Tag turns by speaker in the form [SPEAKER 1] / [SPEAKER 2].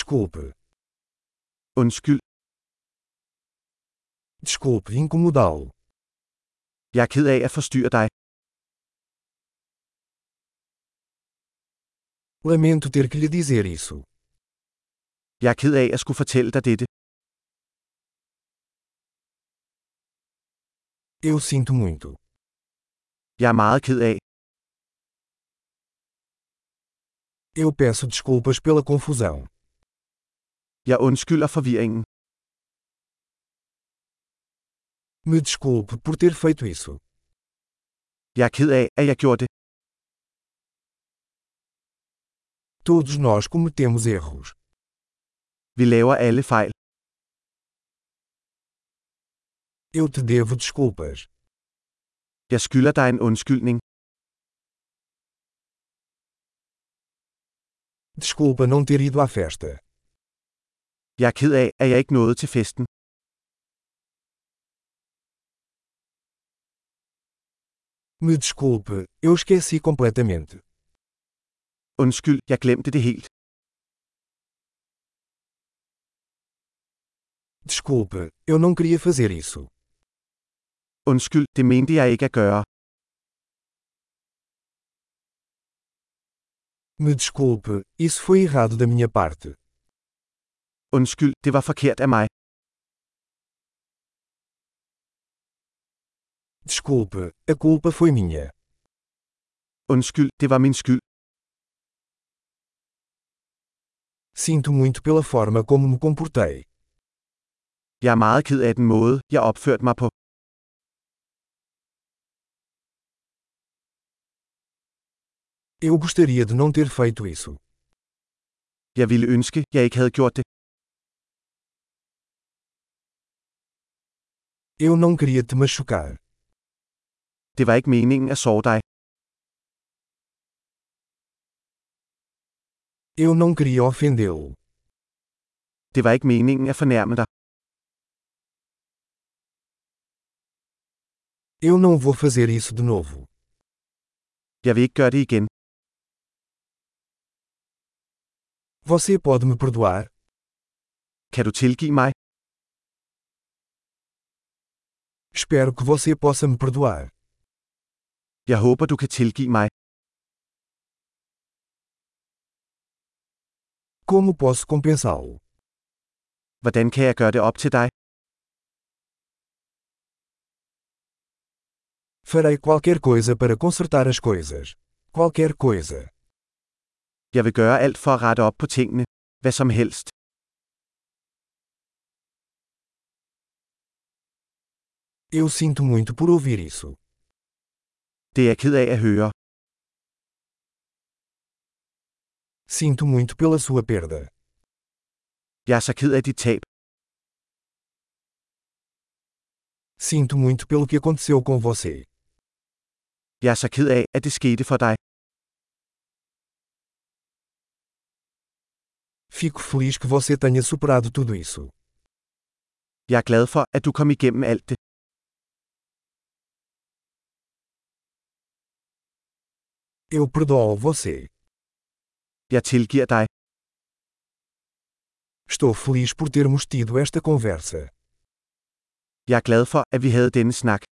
[SPEAKER 1] Desculpe.
[SPEAKER 2] Undskyld,
[SPEAKER 1] Desculpe incomodá-lo.
[SPEAKER 2] jeg er ked af at forstyrre dig.
[SPEAKER 1] Lamento ter que lhe dizer isso.
[SPEAKER 2] Jeg er ked af at skulle fortælle dig dette.
[SPEAKER 1] Eu sinto muito.
[SPEAKER 2] Jeg er meget ked af.
[SPEAKER 1] Eu peço desculpas pela confusão.
[SPEAKER 2] Jeg undskylder forvirringen.
[SPEAKER 1] Me desculpe por ter feito isso.
[SPEAKER 2] Jeg er ked af, at jeg gjorde det.
[SPEAKER 1] Todos nós cometemos erros.
[SPEAKER 2] Vi laver alle fejl.
[SPEAKER 1] Eu te devo desculpas.
[SPEAKER 2] Jeg skylder dig en undskyldning.
[SPEAKER 1] Desculpa não ter ido à festa.
[SPEAKER 2] Jeg er ked af, at jeg ikke nåede til festen.
[SPEAKER 1] Me desculpe, eu esqueci completamente.
[SPEAKER 2] Undskyld, jeg glemte det helt.
[SPEAKER 1] Desculpe, eu não queria fazer isso.
[SPEAKER 2] Undskyld, det mente jeg ikke at gøre.
[SPEAKER 1] Me desculpe, isso foi errado da minha parte.
[SPEAKER 2] Undskyld, det var forkert af mig.
[SPEAKER 1] Desculpe, a culpa foi minha.
[SPEAKER 2] Undskyld, det var min skyld.
[SPEAKER 1] Sinto muito pela forma como me comportei.
[SPEAKER 2] Jeg er meget ked af den måde, jeg opførte mig på.
[SPEAKER 1] Eu gostaria de não ter feito isso.
[SPEAKER 2] Jeg ville ønske, jeg ikke havde gjort det.
[SPEAKER 1] Eu não queria te machucar.
[SPEAKER 2] Det var ikke meningen at sove dig.
[SPEAKER 1] Eu não queria ofendê-lo.
[SPEAKER 2] Det var ikke meningen at fornærme dig.
[SPEAKER 1] Eu não vou fazer isso de novo.
[SPEAKER 2] Jeg vil ikke gøre det igen.
[SPEAKER 1] Você pode me perdoar?
[SPEAKER 2] Kan du tilgive mig?
[SPEAKER 1] Espero que você possa me perdoar.
[SPEAKER 2] Jeg håber, du kan tilgive mig.
[SPEAKER 1] Como posso compensá-lo?
[SPEAKER 2] Hvordan kan jeg gøre det op til dig?
[SPEAKER 1] Farei qualquer coisa para consertar as coisas. Qualquer coisa.
[SPEAKER 2] Jeg vil gøre alt for at rette op på tingene. Hvad som helst.
[SPEAKER 1] Eu sinto muito por ouvir isso.
[SPEAKER 2] Det er jeg ked af at høre.
[SPEAKER 1] Sinto muito pela sua perda.
[SPEAKER 2] Jeg er så ked af dit tab.
[SPEAKER 1] Sinto muito pelo que aconteceu com você.
[SPEAKER 2] Jeg er så ked af, at det skete for dig.
[SPEAKER 1] Fico feliz que você tenha superado tudo isso.
[SPEAKER 2] Jeg er glad for, at du kom igennem alt det.
[SPEAKER 1] Eu perdoo você.
[SPEAKER 2] Jeg tilgiver dig.
[SPEAKER 1] Estou feliz por termos tido esta conversa.
[SPEAKER 2] Jeg er glad for, at vi havde denne snak.